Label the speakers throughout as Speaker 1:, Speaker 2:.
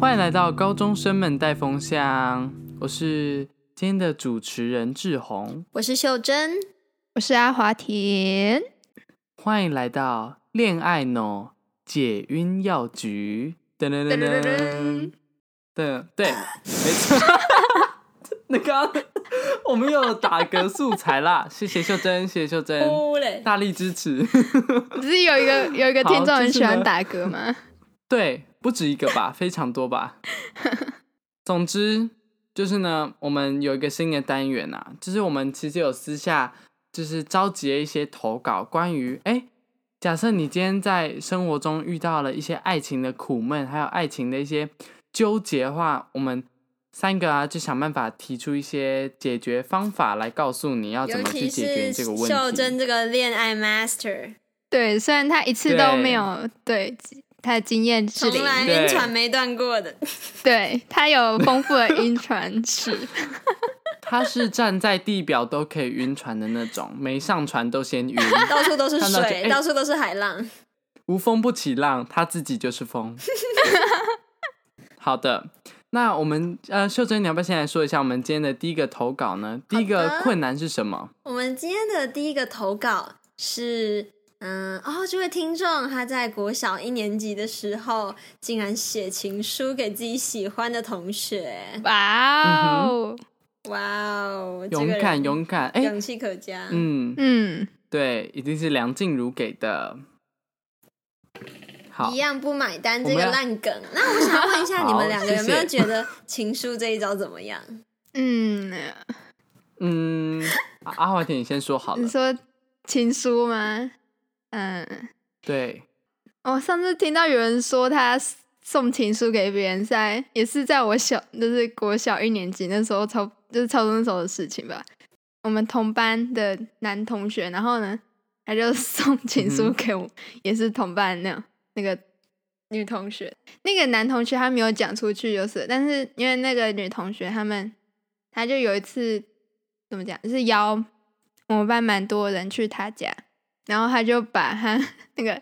Speaker 1: 欢迎来到高中生们带风向，我是今天的主持人志宏，
Speaker 2: 我是秀珍，
Speaker 3: 我是阿华田。
Speaker 1: 欢迎来到恋爱脑解晕药局，噔噔噔噔噔，噔对，没错， 那个我们又有打嗝素材啦，谢谢秀珍，谢谢秀珍，
Speaker 2: 嘞，
Speaker 1: 大力支持，
Speaker 3: 不是有一个有一个
Speaker 1: 好
Speaker 3: 听众
Speaker 1: 就
Speaker 3: 很
Speaker 1: 是
Speaker 3: 喜欢
Speaker 1: 呢
Speaker 3: 打嗝吗？
Speaker 1: 对，不止一个吧，非常多吧。 总之就是呢，我们有一个新的单元啊，就是我们其实有私下就是召集了一些投稿，关于哎，假设你今天在生活中遇到了一些爱情的苦闷，还有爱情的一些纠结的话，我们三个啊就想办法提出一些解决方法来告诉你要怎
Speaker 2: 尤
Speaker 1: 么去
Speaker 2: 其
Speaker 1: 解决
Speaker 2: 是
Speaker 1: 这个问
Speaker 2: 秀珍
Speaker 1: 题。
Speaker 2: 这个恋爱 master，
Speaker 3: 对，虽然他一次都没有对他的经验是
Speaker 2: 从
Speaker 3: 零，
Speaker 2: 来
Speaker 1: 对
Speaker 2: 晕船没断过的，
Speaker 3: 对他有丰富的晕船史。
Speaker 1: 他是站在地表都可以晕船的那种，没上船都先晕。
Speaker 2: 到处都是
Speaker 1: 看到就
Speaker 2: 水，
Speaker 1: 哎
Speaker 2: 到处都是海浪。
Speaker 1: 无风不起浪，他自己就是风。 好的，那我们呃，秀珍，你要不要先来说一下我们今天的第一个投稿呢？第一个困难是什么？
Speaker 2: 我们今天的第一个投稿是，嗯，哦，这位听众他在国小一年级的时候，竟然写情书给自己喜欢的同学，
Speaker 3: 哇哦，
Speaker 2: 哇哦，这个
Speaker 1: 勇
Speaker 2: 人
Speaker 1: 敢，勇敢，哎、
Speaker 2: 勇气可嘉。
Speaker 1: 嗯，
Speaker 3: 嗯，
Speaker 1: 对，一定是梁静茹给的。好
Speaker 2: 一，样不买单这
Speaker 1: 我们
Speaker 2: 个
Speaker 1: 要
Speaker 2: 烂梗。那我想问一下，
Speaker 1: 好
Speaker 2: 你们两个有没有
Speaker 1: 谢谢
Speaker 2: 觉得情书这一招怎么样？
Speaker 3: 嗯，
Speaker 1: 嗯，啊阿华田，你先说好了
Speaker 3: 你。说情书吗？嗯，
Speaker 1: 对，
Speaker 3: 我哦上次听到有人说他送情书给别人在，也是在我小，就是国小一年级那时候超，就是超中那时候的事情吧。我们同班的男同学，然后呢，他就 送情
Speaker 1: 嗯
Speaker 3: 书
Speaker 1: 哼
Speaker 3: 给我，也是同班那样那个女同学。那个男同学他没有讲出去，就是，但是因为那个女同学他们，他就有一次怎么讲，就是邀我们班蛮多人去他家，然后他就把他那个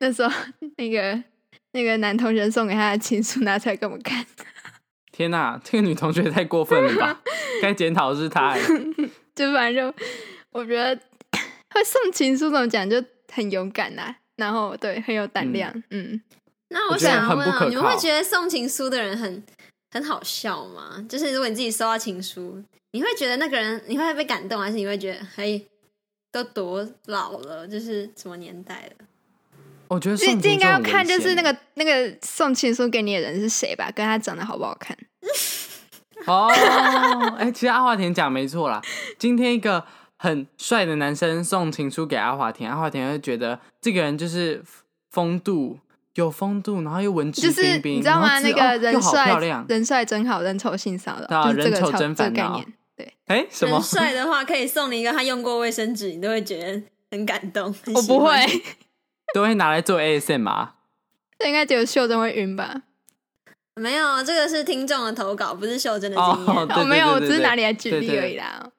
Speaker 3: 那时候那个那个男同学送给他的情书拿出来给我们看，
Speaker 1: 天哪、这个女同学太过分了 吧？该检讨的是她、哎
Speaker 3: 就反正就我觉得会送情书怎么讲就很勇敢呐、然后对很有胆量，嗯
Speaker 2: 那
Speaker 1: 我
Speaker 2: 我
Speaker 1: 觉得
Speaker 2: 想要
Speaker 1: 很
Speaker 2: 问
Speaker 1: 不可
Speaker 2: 啊，你们会
Speaker 1: 靠
Speaker 2: 觉得送情书的人很很好笑吗？就是如果你自己收到情书，你会觉得那个人你会被感动，还是你会觉得嘿，都多老了，就是什么年代了？
Speaker 1: 我觉得
Speaker 3: 这
Speaker 1: 宋
Speaker 3: 这
Speaker 1: 晴
Speaker 3: 应该要
Speaker 1: 很危
Speaker 3: 看就是
Speaker 1: 险啊
Speaker 3: 那个那个送情书给你的人是谁吧，跟他长得好不好看。
Speaker 1: 哦，哎、其实阿华田讲没错啦。今天一个很帅的男生送情书给阿华田，阿华田会觉得这个人就是风度有风度，然后又文质
Speaker 3: 就是
Speaker 1: 彬彬，
Speaker 3: 你知道
Speaker 1: 然后
Speaker 3: 吗？那
Speaker 1: 自哦
Speaker 3: 个
Speaker 1: 又
Speaker 3: 人
Speaker 1: 好
Speaker 3: 帅，
Speaker 1: 漂亮。
Speaker 3: 人帅真好，人丑性骚
Speaker 1: 对
Speaker 3: 扰，
Speaker 1: 啊
Speaker 3: 就是这
Speaker 1: 人
Speaker 3: 个
Speaker 1: 丑
Speaker 3: 超
Speaker 1: 真
Speaker 3: 这个
Speaker 1: 烦
Speaker 3: 概
Speaker 1: 恼
Speaker 3: 念。对，
Speaker 1: 哎、什么
Speaker 2: 很？帅的话，可以送你一个他用过卫生纸，你都会觉得很感动。很
Speaker 3: 我
Speaker 2: 喜
Speaker 3: 不
Speaker 2: 欢
Speaker 3: 会，，
Speaker 1: 都会拿来做 ASMR。
Speaker 3: 这应该只有秀珍会晕吧？
Speaker 2: 没有，这个是听众的投稿，不是秀珍的
Speaker 1: 哦
Speaker 2: 经验。
Speaker 1: 对
Speaker 3: 哦，没有，
Speaker 1: 对
Speaker 3: 我
Speaker 1: 对
Speaker 3: 只是
Speaker 1: 对
Speaker 3: 拿你来举
Speaker 1: 对
Speaker 3: 例
Speaker 1: 对
Speaker 3: 而已啦。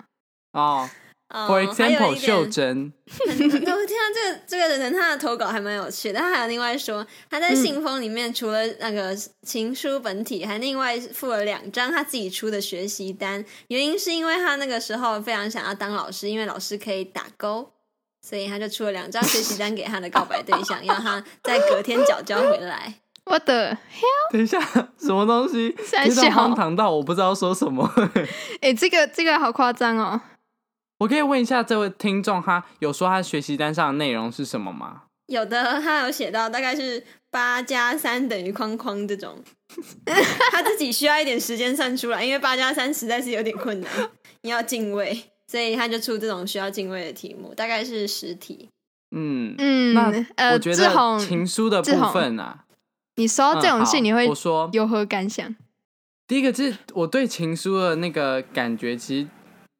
Speaker 1: 哦
Speaker 2: 哦
Speaker 1: ，For
Speaker 2: 还有
Speaker 1: example，
Speaker 2: 一点
Speaker 1: 秀珍，
Speaker 2: 对， 我听到这个这个人他的投稿还蛮有趣的，他还有另外说，他在信封里面除了那个情书本体，还另外附了两张他自己出的学习单，原因是因为他那个时候非常想要当老师，因为老师可以打勾。所以他就出了两张学习单给他的告白对象，要他在隔天缴交回来。
Speaker 3: 我的，
Speaker 1: 等一下，什么东西？
Speaker 3: 三
Speaker 1: 听到
Speaker 3: 小
Speaker 1: 荒唐到我不知道说什么。
Speaker 3: 哎，这个这个好夸张哦。
Speaker 1: 我可以问一下这位听众，他有说他学习单上的内容是什么吗？
Speaker 2: 有的他有写到大概是八加三等于框框这种， 他自己需要一点时间算出来，因为八加三实在是有点困难，你要敬畏，所以他就出这种需要敬畏的题目，大概是十题。
Speaker 1: 嗯，
Speaker 3: 嗯
Speaker 1: 那，
Speaker 3: 呃，
Speaker 1: 我觉
Speaker 3: 志
Speaker 1: 得
Speaker 3: 宏
Speaker 1: 情，书的
Speaker 3: 志
Speaker 1: 部
Speaker 3: 宏
Speaker 1: 分啊，
Speaker 3: 你收到这种
Speaker 1: 嗯
Speaker 3: 信，你会
Speaker 1: 好我说
Speaker 3: 有何感想？
Speaker 1: 第一个是我对情书的那个感觉，其实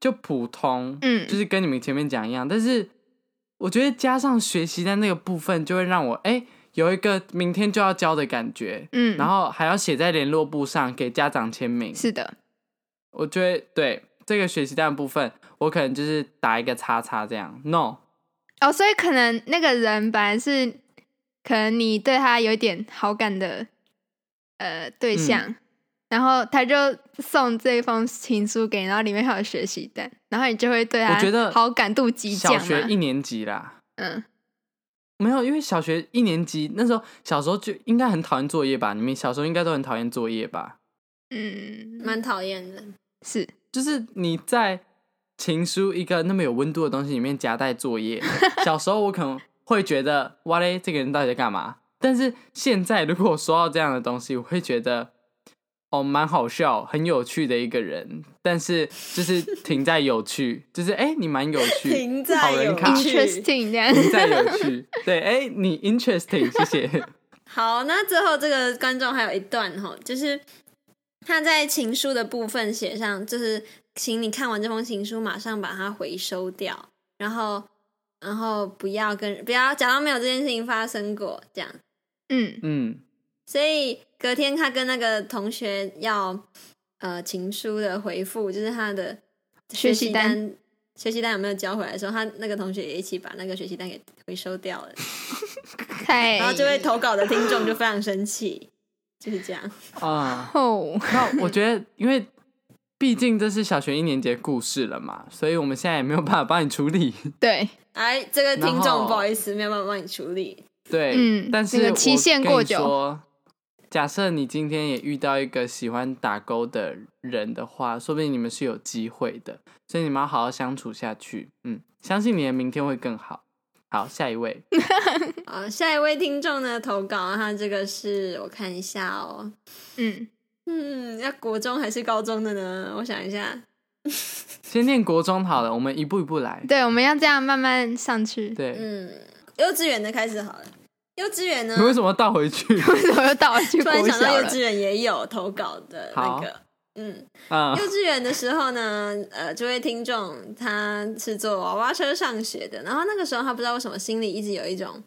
Speaker 1: 就普通，
Speaker 3: 嗯
Speaker 1: 就是跟你们前面讲一样，但是我觉得加上学习单那个部分，就会让我哎、有一个明天就要交的感觉，
Speaker 3: 嗯，
Speaker 1: 然后还要写在联络簿上给家长签名，
Speaker 3: 是的，
Speaker 1: 我觉得对这个学习单的部分，我可能就是打一个叉叉这样，no，
Speaker 3: 哦，所以可能那个人本来是，可能你对他有一点好感的，呃对象，
Speaker 1: 嗯
Speaker 3: 然后他就送这封情书给你，然后里面还有学习单，然后你就会对他啊
Speaker 1: 我觉得
Speaker 3: 好感度激
Speaker 1: 小
Speaker 3: 降啊
Speaker 1: 学一
Speaker 3: 嘛。
Speaker 1: 年级啦，
Speaker 3: 嗯，
Speaker 1: 没有，因为小学一年级那时候，小时候就应该很讨厌作业吧？你们小时候应该都很讨厌作业吧？
Speaker 3: 嗯，
Speaker 2: 蛮讨厌的。
Speaker 3: 是
Speaker 1: 就是你在情书一个那么有温度的东西里面夹带作业，小时候我可能会觉得哇嘞，这个人到底在干嘛？但是现在如果我收到这样的东西，我会觉得哦，蛮好笑，很有趣的一个人，但是就是停在有趣，就是哎、你蛮有趣，
Speaker 2: 停在
Speaker 1: 好人
Speaker 2: 有
Speaker 1: 卡，
Speaker 2: 趣
Speaker 3: interesting 这 样。
Speaker 1: 停在有趣，对，哎、你 interesting，谢谢。
Speaker 2: 好，那最后这个观众还有一段哈，就是他在情书的部分写上，就是请你看完这封情书，马上把它回收掉，然后然后不要跟不要假装没有这件事情发生过这样。
Speaker 3: 嗯，
Speaker 1: 嗯，
Speaker 2: 所以隔天他跟那个同学要呃情书的回复，就是他的
Speaker 3: 学习
Speaker 2: 习
Speaker 3: 单
Speaker 2: 单。学习单有没有交回来的时候，他那个同学也一起把那个学习单给回收掉了，
Speaker 3: 太
Speaker 2: 然后这位投稿的听众就非常生气， 就是这样。
Speaker 1: 啊、
Speaker 3: 后
Speaker 1: 那我觉得，因为毕竟这是小学一年级的故事了嘛，所以我们现在也没有办法帮你处理。
Speaker 3: 对，
Speaker 2: 哎，这个听
Speaker 1: 然后
Speaker 2: 众不好意思，没有办法帮你处理。
Speaker 1: 对，
Speaker 3: 嗯
Speaker 1: 但是
Speaker 3: 那个
Speaker 1: 我
Speaker 3: 期限
Speaker 1: 跟
Speaker 3: 过
Speaker 1: 你
Speaker 3: 久
Speaker 1: 说。假设你今天也遇到一个喜欢打勾的人的话，说不定你们是有机会的，所以你们要好好相处下去。嗯，相信你的明天会更好。好，下一位，
Speaker 3: 嗯
Speaker 2: 好，下一位听众呢投稿，他这个是我看一下哦，
Speaker 3: 嗯，
Speaker 2: 嗯，要国中还是高中的呢？我想一下，
Speaker 1: 先念国中好了，我们一步一步来。
Speaker 3: 对，我们要这样慢慢上去。
Speaker 1: 对，
Speaker 2: 嗯，幼稚园的开始好了。幼稚园 呢
Speaker 1: 你，为什么倒 回去？
Speaker 3: 为什么又倒去
Speaker 2: 突
Speaker 3: 国
Speaker 2: 然想
Speaker 3: 小
Speaker 2: 到幼
Speaker 3: 了？
Speaker 2: 稚园也有投稿的那个，嗯，
Speaker 1: 啊、
Speaker 2: 幼稚园的时候呢，呃，这位听众他是坐娃娃车上学的，然后那个时候他不知道为什么心里一直有一种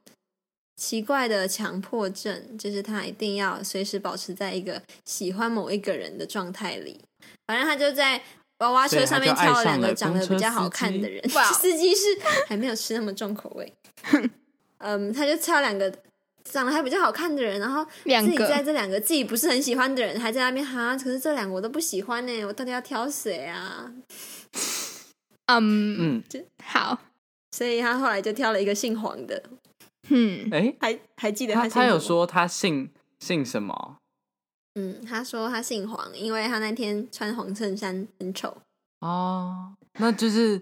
Speaker 2: 奇怪的强迫症，就是他一定要随时保持在一个喜欢某一个人的状态里。反正他就在娃娃车上面
Speaker 1: 所以他就爱
Speaker 2: 挑
Speaker 1: 上了
Speaker 2: 两个长得比较好看的人
Speaker 3: 公车司机哇，
Speaker 2: 司机是还没有吃那么重口 味。嗯，他就挑两个长得还比较好看的人，然后
Speaker 3: 两
Speaker 2: 自己
Speaker 3: 个
Speaker 2: 在这两个自己不是很喜欢的人还在那边哈，可是这两个我都不喜欢呢、我到底要挑谁啊？
Speaker 3: 嗯，
Speaker 1: 嗯，
Speaker 3: 好，
Speaker 2: 所以他后来就挑了一个姓黄的，
Speaker 3: 嗯，
Speaker 1: 哎、
Speaker 2: 还还记得
Speaker 1: 他
Speaker 2: 姓
Speaker 1: 他有
Speaker 2: 什么，
Speaker 1: 说他姓姓什么？
Speaker 2: 嗯，他说他姓黄，因为他那天穿黄衬衫很丑。
Speaker 1: 哦，那就是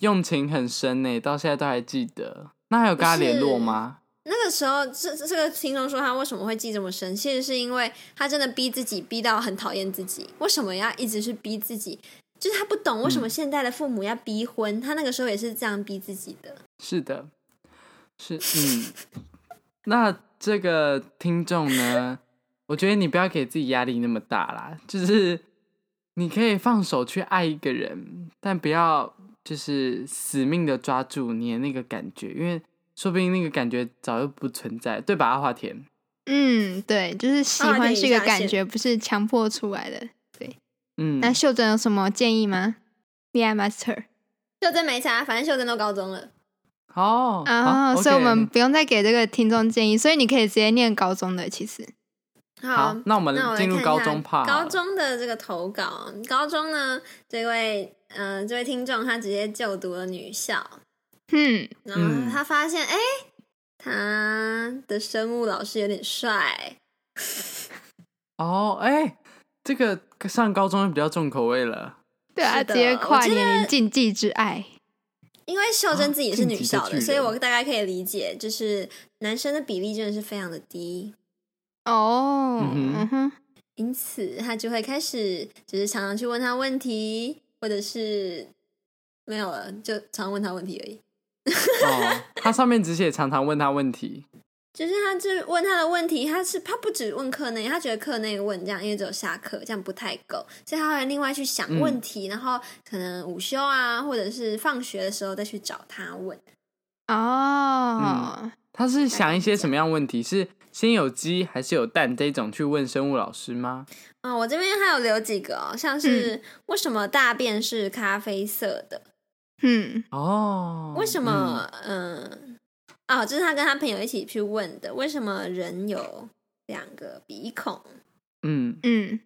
Speaker 1: 用情很深呢，到现在都还记得。那还有跟他联络吗？
Speaker 2: 那个时候，这这个听众说他为什么会记这么深，其实是因为他真的逼自己，逼到很讨厌自己。为什么要一直去逼自己？就是他不懂为
Speaker 1: 嗯
Speaker 2: 什么现在的父母要逼婚，他那个时候也是这样逼自己的。
Speaker 1: 是的，是嗯。那这个听众呢，我觉得你不要给自己压力那么大啦，就是你可以放手去爱一个人，但不要就是死命的抓住你的那个感觉，因为说不定那个感觉早就不存在，对吧？阿华田，
Speaker 3: 嗯，对，就是喜
Speaker 2: 啊
Speaker 3: 欢
Speaker 2: 点
Speaker 3: 是
Speaker 2: 一
Speaker 3: 个
Speaker 2: 下
Speaker 3: 感
Speaker 2: 线
Speaker 3: 觉，不是强迫出来的。
Speaker 1: 嗯，
Speaker 3: 那秀珍有什么建议吗？VI Master
Speaker 2: 秀珍没差，反正秀珍都高中了。
Speaker 1: 哦，
Speaker 3: 啊，
Speaker 1: 好
Speaker 3: 所以我
Speaker 1: OK
Speaker 3: 们不用再给这个听众建议，所以你可以直接念高中的。其实，
Speaker 1: 好，那我们
Speaker 2: 那我来
Speaker 1: 进入
Speaker 2: 看
Speaker 1: 高
Speaker 2: 看
Speaker 1: 中 part 好
Speaker 2: 高
Speaker 1: 了
Speaker 2: 中的这个投稿，高中呢，这位呃这位听众他直接就读了女校，
Speaker 3: 嗯，
Speaker 2: 然
Speaker 1: 嗯
Speaker 2: 后他发现哎、诶他的生物老师有点帅，
Speaker 1: 哦，哎、这个上高中就比较重口味了。
Speaker 3: 对啊，
Speaker 2: 是的
Speaker 3: 直接跨
Speaker 2: 我记得
Speaker 3: 年龄禁忌之爱。
Speaker 2: 因为秀珍自己也是
Speaker 1: 啊晋
Speaker 2: 女
Speaker 1: 级的
Speaker 2: 校
Speaker 1: 巨
Speaker 2: 的，
Speaker 1: 人
Speaker 2: 所以我大概可以理解，就是男生的比例真的是非常的低。
Speaker 3: 哦，
Speaker 1: 嗯哼
Speaker 3: 嗯哼，
Speaker 2: 因此，他就会开始就是常常去问他问题，或者是没有了，就常问他问题而已。
Speaker 1: 哦，它上面只写常常问他问题。
Speaker 2: 就是他就是问他的问题，他是他不只问课内，他觉得课内问这样，因为只有下课这样不太够，所以他会另外去想
Speaker 1: 嗯
Speaker 2: 问题，然后可能午休啊，或者是放学的时候再去找他问。
Speaker 3: 哦，
Speaker 1: 他是想一些什么样问题？是先有鸡还是有蛋这种去问生物老师吗？
Speaker 2: 啊、我这边还有留几个哦，像是、为什么大便是咖啡色的？
Speaker 3: 嗯
Speaker 1: 哦，
Speaker 2: 为什么？嗯，啊、这、是他跟他朋友一起去问的，为什么人有两个鼻孔？
Speaker 1: 嗯，
Speaker 3: 嗯，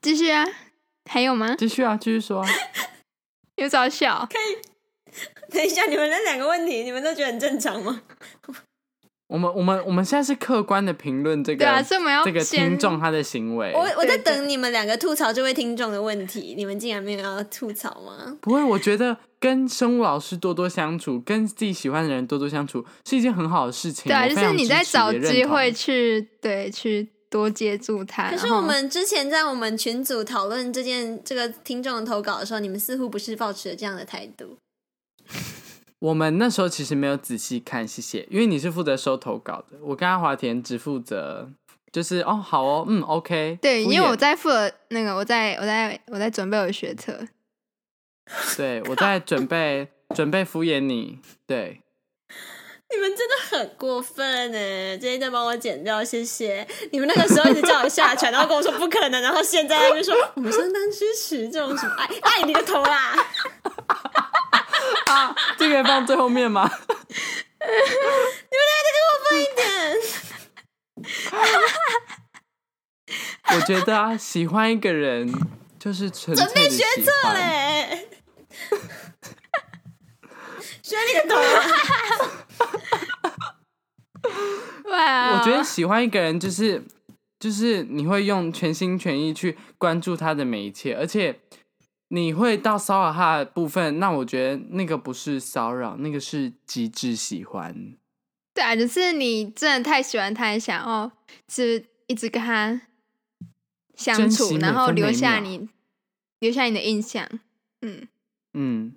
Speaker 3: 继续啊，还有吗？
Speaker 1: 继续啊，继续说啊。
Speaker 3: 有找笑？
Speaker 2: 等一下，你们那两个问题，你们都觉得很正常吗？
Speaker 1: 我们我们我们现在是客观的评论这个，
Speaker 3: 对啊，所以我们要
Speaker 1: 这个
Speaker 3: 先
Speaker 1: 听众他的行为。
Speaker 2: 我我
Speaker 3: 对
Speaker 2: 在
Speaker 3: 对
Speaker 2: 等你们两个吐槽这位听众的问题，你们竟然没有要吐槽吗？
Speaker 1: 不会，我觉得跟生物老师多多相处，跟自己喜欢的人多多相处是一件很好的事情。
Speaker 3: 对啊，
Speaker 1: 嗯我
Speaker 3: 就
Speaker 1: 非
Speaker 3: 是
Speaker 1: 常
Speaker 3: 你
Speaker 1: 支
Speaker 3: 在
Speaker 1: 持
Speaker 3: 找
Speaker 1: 也认
Speaker 3: 机
Speaker 1: 同
Speaker 3: 会去对去多接触他。
Speaker 2: 可是
Speaker 3: 然后
Speaker 2: 我们之前在我们群组讨论这件这个听众的投稿的时候，你们似乎不是抱持着这样的态度。
Speaker 1: 我们那时候其实没有仔细看，谢谢，因为你是负责收投稿的，我跟阿华田只负责就是哦，好哦，嗯，OK，
Speaker 3: 对，
Speaker 1: 敷
Speaker 3: 因为
Speaker 1: 衍
Speaker 3: 我在负责那个，我在我在我在准备我的学 测，
Speaker 1: 对 我在准备准备敷衍你，对，
Speaker 2: 你们真的很过分哎！这一段帮我剪掉，谢谢。你们那个时候一直叫我下船，然后跟我说不可能，然后现在他就说我们相当支持这种什么 爱爱你的头啦。
Speaker 1: 这个放最后面吗？ 我觉得啊，喜欢一个人就是纯粹
Speaker 2: 准备
Speaker 1: 的
Speaker 2: 学
Speaker 1: 喜
Speaker 2: 测
Speaker 1: 欢。
Speaker 2: 嘞， 学你的头啦。
Speaker 3: 哇、
Speaker 1: 我觉
Speaker 2: 啊
Speaker 1: 得喜欢一个人就是就是你会用全心全意去关注他的每一切，而且你会到骚扰他的部分，那我觉得那个不是骚扰，那个是极致喜欢。
Speaker 3: 对啊，就是你真的太喜欢他，想要是一直跟他相
Speaker 1: 珍惜
Speaker 3: 处，
Speaker 1: 每
Speaker 3: 然后
Speaker 1: 分
Speaker 3: 留
Speaker 1: 每
Speaker 3: 下
Speaker 1: 秒
Speaker 3: 你留下你的印象。嗯，
Speaker 1: 嗯，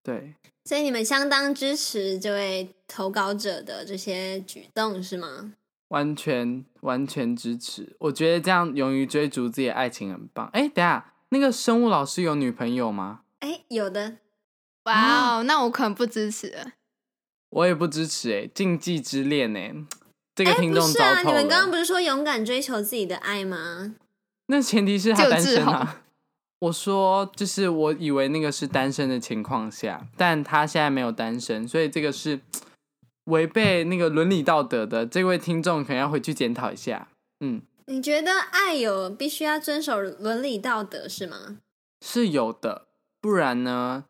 Speaker 1: 对，
Speaker 2: 所以你们相当支持这位投稿者的这些举动是吗？
Speaker 1: 完全完全支持。我觉得这样勇于追逐自己的爱情很棒。哎、等一下，那个生物老师有女朋友吗？
Speaker 2: 哎，有的，
Speaker 1: 啊
Speaker 3: 哇哦，那我可能不支持了。
Speaker 1: 我也不支持哎、禁忌之恋哎、这个
Speaker 2: 哎，
Speaker 1: 听
Speaker 2: 不
Speaker 1: 众
Speaker 2: 是
Speaker 1: 糟
Speaker 2: 啊，你
Speaker 1: 透了。
Speaker 2: 们刚刚不是说勇敢追求自己的爱吗？
Speaker 1: 那前提是他
Speaker 3: 就
Speaker 1: 单
Speaker 3: 志
Speaker 1: 身
Speaker 3: 宏
Speaker 1: 啊。 我说，就是我以为那个是单身的情况下，但他现在没有单身，所以这个是违背那个伦理道德的。这位听众可能要回去检讨一下。嗯，
Speaker 2: 你觉得爱有必须要遵守伦理道德是吗？
Speaker 1: 是有的，不然呢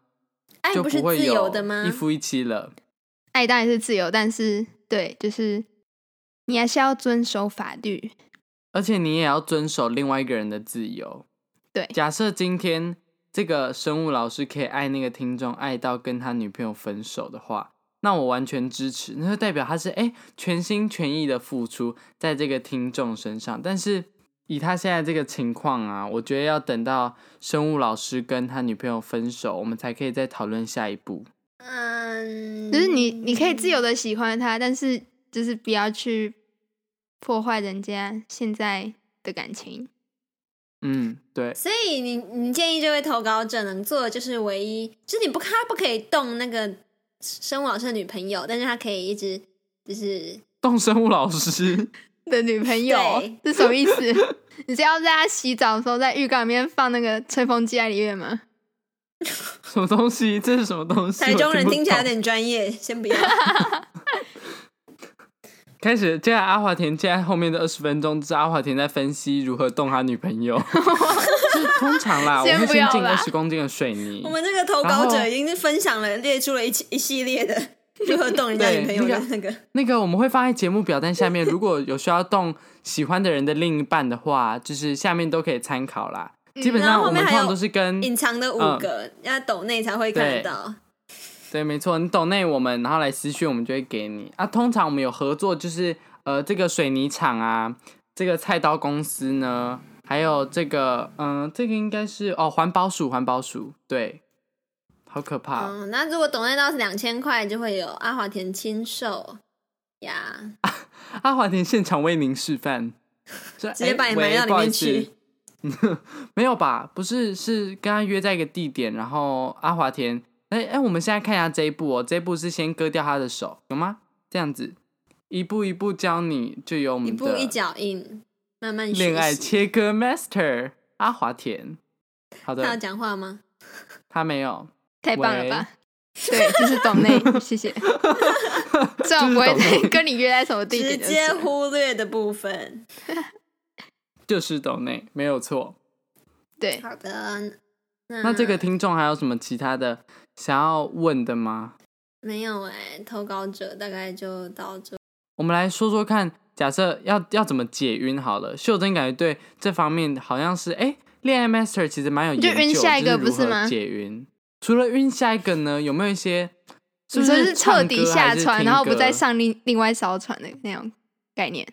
Speaker 2: 爱
Speaker 1: 就
Speaker 2: 哎不是
Speaker 1: 会
Speaker 2: 自
Speaker 1: 有
Speaker 2: 由的吗
Speaker 1: 一？夫一妻了。
Speaker 3: 爱当然是自由，但是对，就是你还是要遵守法律。
Speaker 1: 而且你也要遵守另外一个人的自由。
Speaker 3: 对
Speaker 1: 假设今天这个生物老师可以爱那个听众，爱到跟他女朋友分手的话，那我完全支持，那就代表他是哎、全心全意的付出在这个听众身上。但是以他现在这个情况啊，我觉得要等到生物老师跟他女朋友分手，我们才可以再讨论下一步。
Speaker 2: 嗯，
Speaker 3: 就是你，你可以自由的喜欢他，但是就是不要去破坏人家现在的感 情。
Speaker 1: 嗯，对，
Speaker 2: 所以你你建议这位投稿者能做的就是唯一，就是你不他不可以动那个生物老师的女朋友，但是他可以一直就是
Speaker 1: 动生物老师。
Speaker 3: 的女朋友
Speaker 2: 对
Speaker 3: 是什么意思？ 你是要在他洗澡的时候在浴缸里面放那个吹风机在里面吗？
Speaker 1: 什么东西？这是什么东西？
Speaker 2: 台中人
Speaker 1: 我
Speaker 2: 听起来有
Speaker 1: 不懂
Speaker 2: 点专业，先不要。
Speaker 1: 开始，接下来阿华田接下来后面的二十分钟，是阿华田在分析如何动他女朋 友。就是通常啦，我
Speaker 3: 先
Speaker 1: 会
Speaker 3: 不要
Speaker 1: 先进
Speaker 3: 吧
Speaker 1: 二十公斤的水泥
Speaker 2: 我。们这个投稿
Speaker 1: 然
Speaker 2: 者
Speaker 1: 后
Speaker 2: 已经分享了，列出了一起一系列的 如何动人家女朋友的那个。
Speaker 1: 那个我们会放在节目表单下面，如果有需要动喜欢的人的另一半的话，就是下面都可以参考啦。基本
Speaker 2: 嗯然
Speaker 1: 上
Speaker 2: 后
Speaker 1: 我
Speaker 2: 后面
Speaker 1: 们通
Speaker 2: 还有
Speaker 1: 常都是跟
Speaker 2: 隐藏的五个，要抖内才会看得到。
Speaker 1: 嗯对，没错，你抖内我们，然后来私讯我们就会给你啊。通常我们有合作，就是呃这个水泥厂啊，这个菜刀公司呢，还有这个嗯、呃这个应该是哦环保署，环保署对，好可怕。哦
Speaker 2: 嗯，那如果抖内到两千块，就会有阿华田亲授呀，
Speaker 1: 嗯阿华田现场为您示范，哎直
Speaker 2: 直接把你埋到里面去。
Speaker 1: 没有吧？不是，是跟他约在一个地点，然后阿华田，哎、哎、我们现在看一下这一步哦，这一步是先割掉他的手，有吗？这样子，一步一步教你，就有我
Speaker 2: 一
Speaker 1: 们
Speaker 2: 步
Speaker 1: 的
Speaker 2: 一脚印，慢慢学习
Speaker 1: 恋爱切割 master 阿华田。好
Speaker 2: 他要
Speaker 1: 的，
Speaker 2: 讲话吗？
Speaker 1: 他没有，
Speaker 3: 太棒了
Speaker 1: 喂
Speaker 3: 吧！对，就是懂内，谢谢。终这种不会
Speaker 1: 就是懂内
Speaker 3: 再跟你约在什么地
Speaker 2: 直
Speaker 3: 点的事，
Speaker 2: 接忽略的部分。
Speaker 1: 就是抖内，没有错。
Speaker 3: 对，
Speaker 2: 好的，那
Speaker 1: 那这个听众还有什么其他的想要问的吗？
Speaker 2: 没有哎、投稿者大概就到这。
Speaker 1: 我们来说说看，假设要要怎么解晕好了。秀珍感觉对这方面好像是哎，恋爱 master 其实蛮有研究，
Speaker 3: 就晕下一个
Speaker 1: 就是如
Speaker 3: 不是
Speaker 1: 何
Speaker 3: 吗
Speaker 1: 解晕，除了晕下一个呢，有没有一些？是
Speaker 3: 你
Speaker 1: 不
Speaker 3: 说
Speaker 1: 是
Speaker 3: 是彻
Speaker 1: 唱
Speaker 3: 底
Speaker 1: 歌
Speaker 3: 下
Speaker 1: 还是
Speaker 3: 船，
Speaker 1: 听
Speaker 3: 然后不
Speaker 1: 歌
Speaker 3: 再上另另外一艘船的那种概念？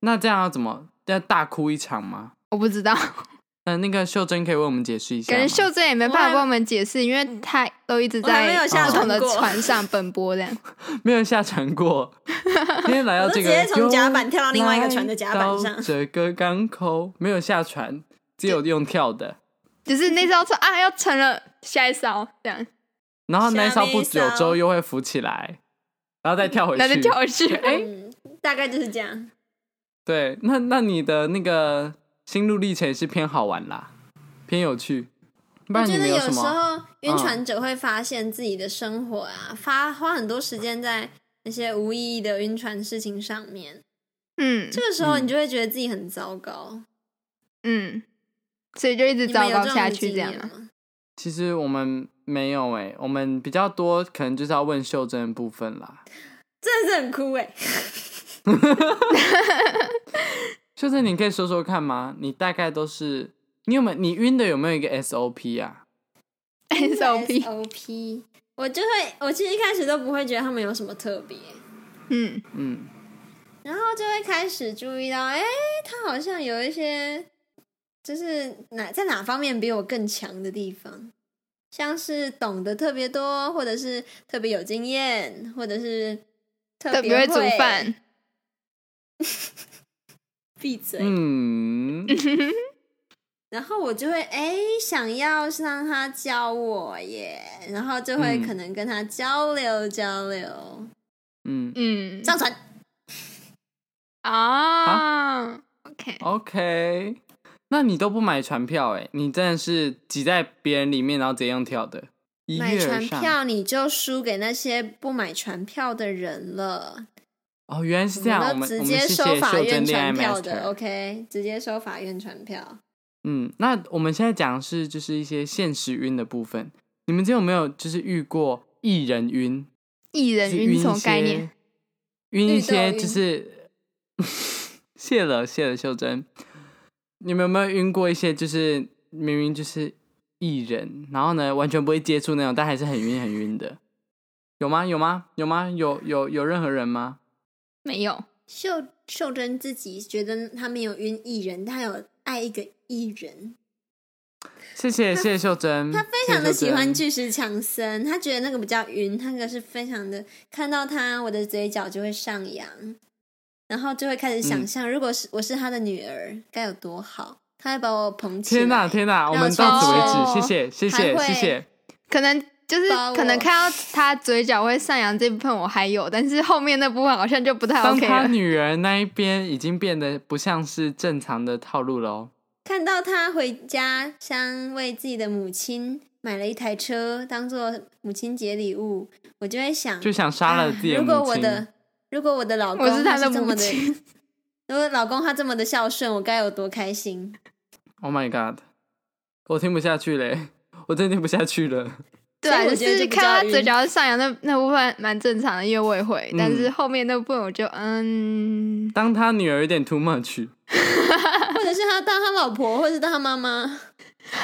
Speaker 1: 那这样要怎么？要大哭一场吗？
Speaker 3: 我不知道，
Speaker 1: 那那个秀珍可以为我们解释一下
Speaker 3: 感
Speaker 1: 吗。
Speaker 3: 觉秀珍也没
Speaker 2: 我
Speaker 3: 办
Speaker 2: 还
Speaker 3: 法帮我们解释，因为她都一直
Speaker 2: 我还没
Speaker 3: 在
Speaker 2: 有下
Speaker 3: 不同
Speaker 2: 船
Speaker 3: 的
Speaker 2: 过
Speaker 3: 船上奔波这样。
Speaker 1: 没有下船过，今天来到
Speaker 2: 我
Speaker 1: 这
Speaker 2: 就
Speaker 1: 个，
Speaker 2: 直接从甲板跳到另外一个船的甲板上
Speaker 1: 这个港口没有下船，只有用跳的。
Speaker 3: 只是那艘船啊，要沉了，下一艘这样，
Speaker 1: 然后那一
Speaker 2: 下
Speaker 1: 艘
Speaker 2: 面
Speaker 1: 不
Speaker 2: 一
Speaker 1: 久
Speaker 2: 艘
Speaker 1: 之后又会浮起来，然后再跳 回
Speaker 3: 然后
Speaker 1: 去
Speaker 3: 就。跳回去。哎、
Speaker 2: 嗯，大概就是这样。
Speaker 1: 对，那那你的那个心路历程也是偏好玩啦，偏有趣。不
Speaker 2: 我
Speaker 1: 然
Speaker 2: 觉
Speaker 1: 你
Speaker 2: 得
Speaker 1: 们
Speaker 2: 有
Speaker 1: 什
Speaker 2: 时
Speaker 1: 么？
Speaker 2: 候晕船者会发现自己的生活啊，发花很多时间在那些无意义的晕船事情上面。
Speaker 3: 嗯
Speaker 2: 这个时候
Speaker 1: 嗯
Speaker 2: 你就会觉得自己很糟糕，
Speaker 3: 嗯，所以就一直
Speaker 2: 你们
Speaker 3: 糟
Speaker 2: 有
Speaker 3: 糕
Speaker 2: 这种
Speaker 3: 下去
Speaker 2: 经
Speaker 3: 这样
Speaker 2: 验
Speaker 3: 嘛。
Speaker 2: 吗？
Speaker 1: 其实我们没有诶、我们比较多可能就是要问秀珍的部分啦。
Speaker 2: 真的是很酷哎、
Speaker 1: 秀珍，你可以说说看吗？你大概都是你有没有你晕的有没有一个 SOP 啊？
Speaker 3: SOP，
Speaker 2: SOP，我就会，我其实一开始都不会觉得他们有什么特别，
Speaker 3: 嗯，
Speaker 1: 嗯，
Speaker 2: 然后就会开始注意到，哎、他好像有一些，就是哪在哪方面比我更强的地方，像是懂得特别多，或者是特别有经验，或者是特
Speaker 3: 特别会
Speaker 2: 会
Speaker 3: 煮饭，
Speaker 2: 闭嘴。
Speaker 1: 嗯，
Speaker 2: 然后我就会哎、诶想要让他教我耶，然后就会
Speaker 1: 嗯
Speaker 2: 可能跟他交流交流，
Speaker 1: 嗯
Speaker 3: 嗯，
Speaker 2: 上船。
Speaker 3: 啊，OK，
Speaker 1: ，OK。那你都不买船票哎、你真的是挤在别人里面，然后直接用跳的，一
Speaker 2: 买
Speaker 1: 跃而
Speaker 2: 船
Speaker 1: 上。
Speaker 2: 票你就输给那些不买船票的人了，
Speaker 1: 哦，原来是这样。我
Speaker 2: 我
Speaker 1: 们
Speaker 2: 们都
Speaker 1: 我
Speaker 2: 直
Speaker 1: 们
Speaker 2: 接
Speaker 1: 谢
Speaker 2: 收
Speaker 1: 谢
Speaker 2: 法
Speaker 1: 秀珍
Speaker 2: 院
Speaker 1: 恋爱
Speaker 2: 传票的
Speaker 1: master。
Speaker 2: ，OK，直接收法院传票。
Speaker 1: 嗯，那我们现在讲的是就是一些现实晕的部分。你们之前有没有就是遇过艺人晕？
Speaker 3: 艺人
Speaker 1: 就是
Speaker 3: 晕
Speaker 1: 晕
Speaker 3: 什么概念？？
Speaker 1: 晕一
Speaker 2: 绿豆
Speaker 1: 些
Speaker 2: 晕
Speaker 1: 就是， 谢了谢了，秀珍，你们有没有晕过一些就是明明就是艺人，然后呢完全不会接触那种，但还是很晕很晕的？有吗？有吗？有吗？有有有任何人吗？
Speaker 3: 没有，
Speaker 2: 秀秀珍自己觉得她没有晕艺人，她有爱一个艺人，
Speaker 1: 谢谢谢谢秀珍，
Speaker 2: 她非常的喜
Speaker 1: 谢谢
Speaker 2: 欢
Speaker 1: 秀珍
Speaker 2: 巨石强森，她觉得那个比较晕，那个是非常的看到他，我的嘴角就会上扬，然后就会开始想
Speaker 1: 嗯
Speaker 2: 象，如果是我是她的女儿，该有多好，她会把我捧起来。
Speaker 1: 天哪天哪，我
Speaker 2: 让
Speaker 1: 们
Speaker 2: 我
Speaker 1: 到此为止，
Speaker 3: 穿
Speaker 1: 谢
Speaker 3: 梭
Speaker 1: 谢谢
Speaker 2: 还
Speaker 1: 谢
Speaker 2: 会
Speaker 1: 谢谢。
Speaker 3: 可能就是
Speaker 2: 把我
Speaker 3: 可能看到他嘴角会上扬这部分我还有，但是后面那部分好像就不太
Speaker 1: 当
Speaker 3: OK
Speaker 1: 他
Speaker 3: 了。
Speaker 1: 女儿那一边已经变得不像是正常的套路了哦。
Speaker 2: 看到他回家乡为自己的母亲买了一台车当做母亲节礼物，我就会想，
Speaker 1: 就想杀了自己的
Speaker 2: 啊如
Speaker 1: 母亲。
Speaker 2: 果我的如果我的老公
Speaker 3: 我是他的
Speaker 2: 这
Speaker 3: 母
Speaker 2: 么的，
Speaker 3: 亲，
Speaker 2: 如果老公他这么的孝顺，我该有多开心？
Speaker 1: Oh my god！我听不下去嘞，我真的听不下去了。
Speaker 3: 对啊，
Speaker 2: 所
Speaker 3: 就
Speaker 2: 以我觉得
Speaker 3: 是
Speaker 2: 就比
Speaker 3: 看到
Speaker 2: 较
Speaker 3: 他
Speaker 2: 晕
Speaker 3: 嘴角上扬那那部分蛮正常的，因为我也会，但是
Speaker 1: 嗯
Speaker 3: 后面那部分我就嗯，
Speaker 1: 当他女儿有点 too much，
Speaker 2: 或者是他当他老婆，或是当他妈妈，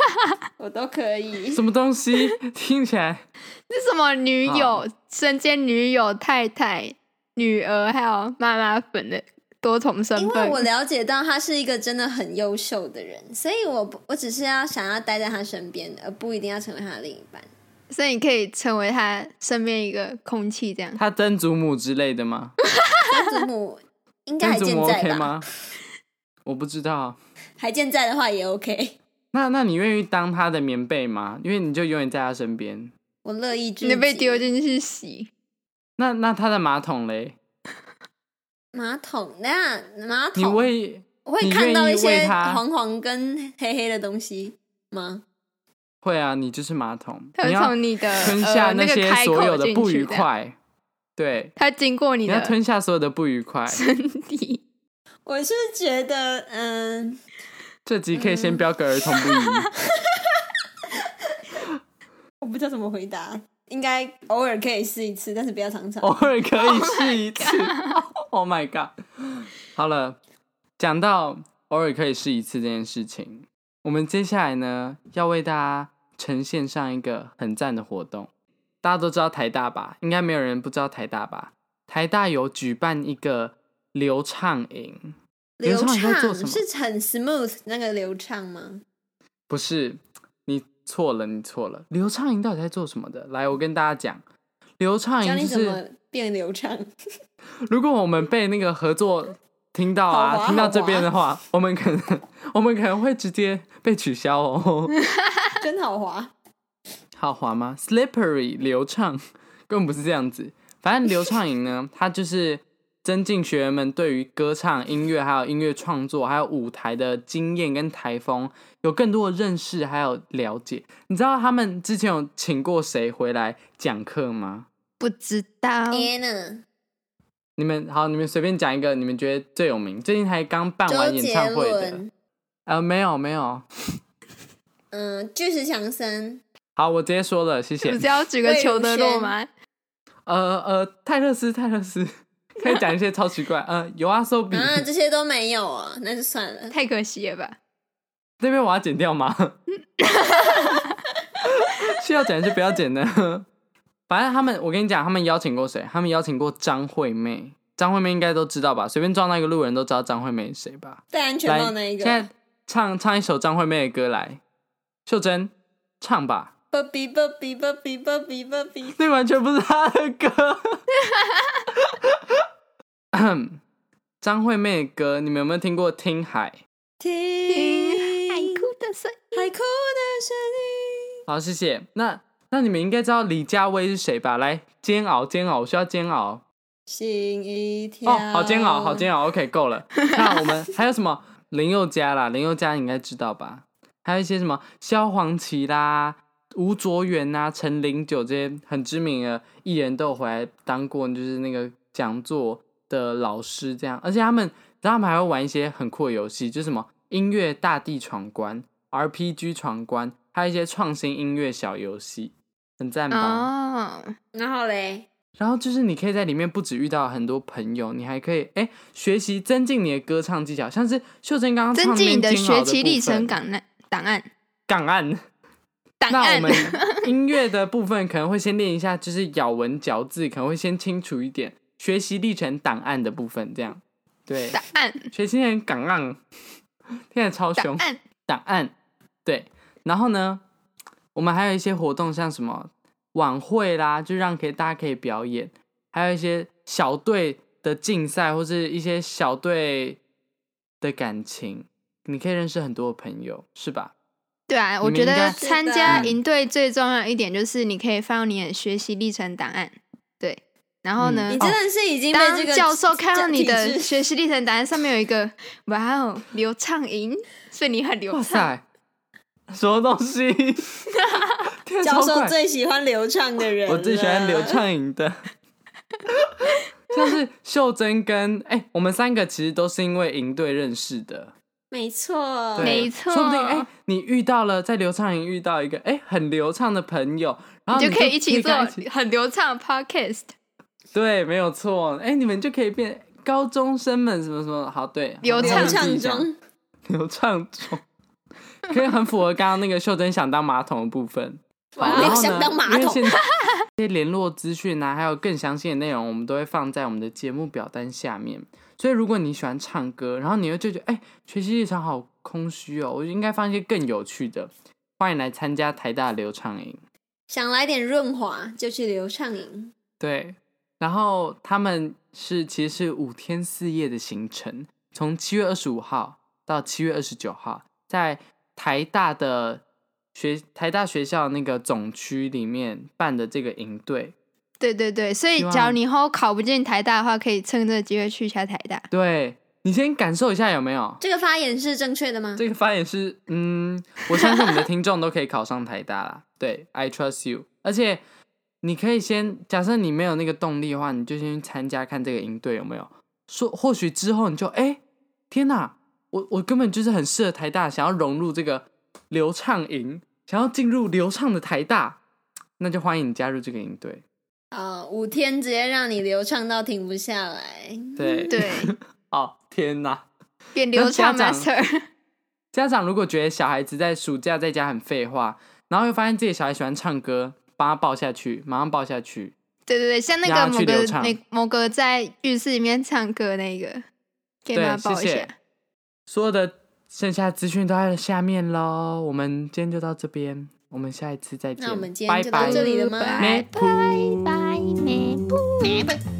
Speaker 2: 我都可以。
Speaker 1: 什么东西 听起来
Speaker 3: 是什么女友、身兼女友、太太、女儿，还有妈妈粉的多重身
Speaker 2: 因为
Speaker 3: 份
Speaker 2: 我。了解到他是一个真的很优秀的人，所以我不我只是要想要待在他身边，而不一定要成为他的另一半。
Speaker 3: 所以你可以成为他身边一个空气，这样
Speaker 1: 他曾祖母之类的吗？
Speaker 2: 曾祖母应
Speaker 1: 曾
Speaker 2: 该还
Speaker 1: 祖
Speaker 2: 健
Speaker 1: 母
Speaker 2: 在
Speaker 1: OK
Speaker 2: 吧？
Speaker 1: 吗？我不知道。
Speaker 2: 还健在的话也 OK，
Speaker 1: 那那你愿意当他的棉被吗？因为你就永远在他身边。
Speaker 2: 我乐意至极。
Speaker 3: 你被丢进去洗，
Speaker 1: 那那他的马桶嘞？
Speaker 2: 马桶，那马
Speaker 1: 你
Speaker 2: 桶，
Speaker 1: 为
Speaker 2: 我会
Speaker 1: 你
Speaker 2: 看到
Speaker 1: 愿
Speaker 2: 一
Speaker 1: 意
Speaker 2: 些
Speaker 1: 为它
Speaker 2: 黄黄跟黑黑的东西吗？
Speaker 1: 会啊，你就是马桶
Speaker 3: 他，
Speaker 1: 你
Speaker 3: 会
Speaker 1: 要
Speaker 3: 从你的
Speaker 1: 吞下
Speaker 3: 呃、那个
Speaker 1: 些
Speaker 3: 开口
Speaker 1: 所有的
Speaker 3: 进
Speaker 1: 不
Speaker 3: 去
Speaker 1: 愉
Speaker 3: 这样
Speaker 1: 快。对，
Speaker 3: 他经过你
Speaker 1: 你
Speaker 3: 的
Speaker 1: 要吞下所有的不愉 快。
Speaker 3: 身体，
Speaker 2: 我是觉得，嗯，
Speaker 1: 这集可以先标个儿童不宜，
Speaker 2: 我不知道怎么回答，应该偶尔可以试一次，但是不要常 常。
Speaker 1: 偶尔可以试一次。Oh my god！好了，讲到偶尔可以试一次这件事情，我们接下来呢要为大家呈现上一个很赞的活动。大家都知道台大吧？应该没有人不知道台大吧？台大有举办一个流畅营，
Speaker 2: 流
Speaker 1: 流畅你在做什么
Speaker 2: 是很 smooth 那个流畅吗？
Speaker 1: 不是，你错了，你错了。刘畅营到底在做什么的？来，我跟大家讲，刘畅
Speaker 2: 教
Speaker 1: 营
Speaker 2: 你
Speaker 1: 就
Speaker 2: 怎么
Speaker 1: 是，
Speaker 2: 变流畅。
Speaker 1: 如果我们被那个合作听到
Speaker 2: 好滑
Speaker 1: 啊，听到
Speaker 2: 好
Speaker 1: 这边的话，我们可能 我们可能会直接被取消哦。
Speaker 2: 真好滑，
Speaker 1: 好滑吗？Slippery 流畅，根本不是这样子。反正流畅营呢，它就是增进学员们对于歌唱、音乐、还有音乐创作、还有舞台的经验跟台风有更多的认识，还有了解。你知道他们之前有请过谁回来讲课吗？
Speaker 3: 不知道
Speaker 2: 天啊呐！
Speaker 1: 你们好，你们随便讲一个你们觉得最有名，最近才刚办完
Speaker 2: 周
Speaker 1: 演
Speaker 2: 杰
Speaker 1: 唱会的。
Speaker 2: 伦，
Speaker 1: 呃，没有没有，
Speaker 2: 嗯，巨石 强森，
Speaker 1: 好，我直接说了，谢谢
Speaker 3: 不。是要举个裘德洛吗？
Speaker 1: 呃呃，泰勒斯，泰勒斯，可以讲一些超奇怪。呃，有 啊，手比。
Speaker 2: 啊，这些都没有啊，那就算了。
Speaker 3: 太可惜了吧！
Speaker 1: 那边我要剪掉吗？ 是要剪还是不要剪呢？反正他们，我跟你讲，他们邀请过谁？他们邀请过张惠妹，张惠妹应该都知道吧？随便撞到一个路人都知道张惠妹是谁吧？
Speaker 2: 戴安全
Speaker 1: 来
Speaker 2: 帽，那一
Speaker 1: 现
Speaker 2: 个
Speaker 1: 在唱唱一首张惠妹的歌来，秀珍唱吧。
Speaker 2: ，Bobby Bobby Bobby Bobby Bobby，
Speaker 1: 那完全不是她的歌。张惠妹的歌，你们有没有听过《听海》？
Speaker 2: 听
Speaker 3: 海哭的声
Speaker 2: 海哭的声音，
Speaker 1: 好，谢谢。那那你们应该知道李佳薇是谁吧？来，煎熬，煎熬，我需要煎熬。
Speaker 2: 心一跳。
Speaker 1: 哦，好煎熬，好煎熬。OK，够了。 那我们还有什么？林宥嘉啦，林宥嘉你应该知道吧？还有一些什么萧煌奇啦、吴卓源呐、陈零九这些很知名的艺人都有回来当过，就是那个讲座的老师这样。而且他们，然后他们还会玩一些很酷的游戏，就是什么音乐大地闯关、RPG 闯关，还有一些创新音乐小游戏，很赞吧？
Speaker 3: 哦，
Speaker 2: 然后嘞，
Speaker 1: 然后就是你可以在里面不止遇到很多朋友，你还可以哎学习增进你的歌唱技巧，像是秀珍刚刚唱
Speaker 3: 增进你
Speaker 1: 那边煎熬
Speaker 3: 学
Speaker 1: 的
Speaker 3: 习历程
Speaker 1: 档
Speaker 3: 档案档案
Speaker 1: 档案。
Speaker 3: 档
Speaker 1: 那我
Speaker 3: 案
Speaker 1: 们音乐的部分可能会先练一下，就是咬文嚼字，可能会先清楚一点。学习历程档案的部分，这样对，
Speaker 3: 档案
Speaker 1: 学习历程档案， 听起来超
Speaker 3: 档
Speaker 1: 凶。
Speaker 3: 案，
Speaker 1: 档案，对。然后呢，我们还有一些活动，像什么晚会啦，就让可以大家可以表演，还有一些小队的竞赛，或是一些小队的感情，你可以认识很多的朋友，是吧？
Speaker 3: 对啊，我
Speaker 1: 你们
Speaker 3: 觉
Speaker 1: 应该
Speaker 3: 得
Speaker 2: 知
Speaker 3: 参
Speaker 2: 道
Speaker 3: 加
Speaker 1: 嗯
Speaker 3: 营队最重要一点就是你可以放你的学习历程档案，对，然后呢哦
Speaker 1: 嗯
Speaker 2: 你，
Speaker 1: 这
Speaker 2: 真的是已经被
Speaker 3: 当
Speaker 2: 这个
Speaker 3: 教授看到你
Speaker 2: 体
Speaker 3: 的
Speaker 2: 制
Speaker 3: 学习历程档案上面有一个“哇哦，流畅营”，所以你很流
Speaker 1: 哇
Speaker 3: 畅。
Speaker 1: 塞，什么东西？天啊，
Speaker 2: 教
Speaker 1: 超
Speaker 2: 授
Speaker 1: 怪！
Speaker 2: 最喜欢流畅的人，
Speaker 1: 我最喜欢刘。畅颖的， 像是秀珍跟哎、我们三个其实都是因为营队认识的。
Speaker 2: 没错，
Speaker 1: 对
Speaker 3: 没错
Speaker 1: 说不定哎、你遇到了在流畅营遇到一个哎、很流畅的朋友，然后
Speaker 3: 你
Speaker 1: 你
Speaker 3: 就可以一
Speaker 1: 可
Speaker 3: 起
Speaker 1: 以
Speaker 3: 做
Speaker 1: 跟他一起
Speaker 3: 很流畅的 podcast，
Speaker 1: 对，没有错，哎、你们就可以变高中生们什么什么，好对，
Speaker 3: 流
Speaker 1: 好
Speaker 3: 畅
Speaker 1: 那我
Speaker 2: 流
Speaker 1: 们自
Speaker 2: 畅
Speaker 1: 己讲
Speaker 2: 中，
Speaker 1: 流畅中，可以很符合刚刚那个秀珍想当马桶的部分。
Speaker 2: 哇
Speaker 1: 哦然后呢
Speaker 2: 想当马桶
Speaker 1: 因为现在 这些联络资讯啊，还有更详细的内容，我们都会放在我们的节目表单下面。所以如果你喜欢唱歌，然后你又就觉得哎、学习日常好空虚哦，我应该放一些更有趣的。欢迎来参加台大流畅营。
Speaker 2: 想来点润滑就去流畅营。
Speaker 1: 对，然后他们是其实是五天四夜的行程，从七月二十五号到七月二十九号，在台大的学台大学校那个总区里面办的这个营队。
Speaker 3: 对对对，所以
Speaker 1: 希望
Speaker 3: 假如你以后考不进台大的话，可以趁这个机会去一下台大。
Speaker 1: 对你先感受一下有没有？
Speaker 2: 这个发言是正确的吗？
Speaker 1: 这个发言是，嗯，我相信我们的听众都可以考上台大啦。对，I trust you。而且你可以先假设你没有那个动力的话，你就先去参加看这个营队有没有。说或许之后你就哎、天哪，我我根本就是很适合台大，想要融入这个流畅营，想要进入流畅的台大，那就欢迎你加入这个营队。
Speaker 2: 啊、五天直接让你流畅到停不下来。
Speaker 1: 对
Speaker 3: 对，
Speaker 1: 哦天哪！
Speaker 3: 变流畅
Speaker 1: 那家长
Speaker 3: master，
Speaker 1: 家长如果觉得小孩子在暑假在家很废话，然后又发现自己小孩喜欢唱歌，帮他报下去，马上报下去。
Speaker 3: 对对对，像那个
Speaker 1: 让他
Speaker 3: 某
Speaker 1: 去
Speaker 3: 个
Speaker 1: 流畅
Speaker 3: 那某个在浴室里面唱歌那个，给
Speaker 1: 对
Speaker 3: 妈抱一
Speaker 1: 谢谢
Speaker 3: 下。
Speaker 1: 所有的剩下资讯都在下面喽。我们今天就到这边，我们下一次再见。
Speaker 2: 那我们今天就到
Speaker 1: 拜拜
Speaker 2: 这里了吗？
Speaker 3: 拜
Speaker 1: 咩噗
Speaker 3: 拜拜，咩噗。
Speaker 2: 拜拜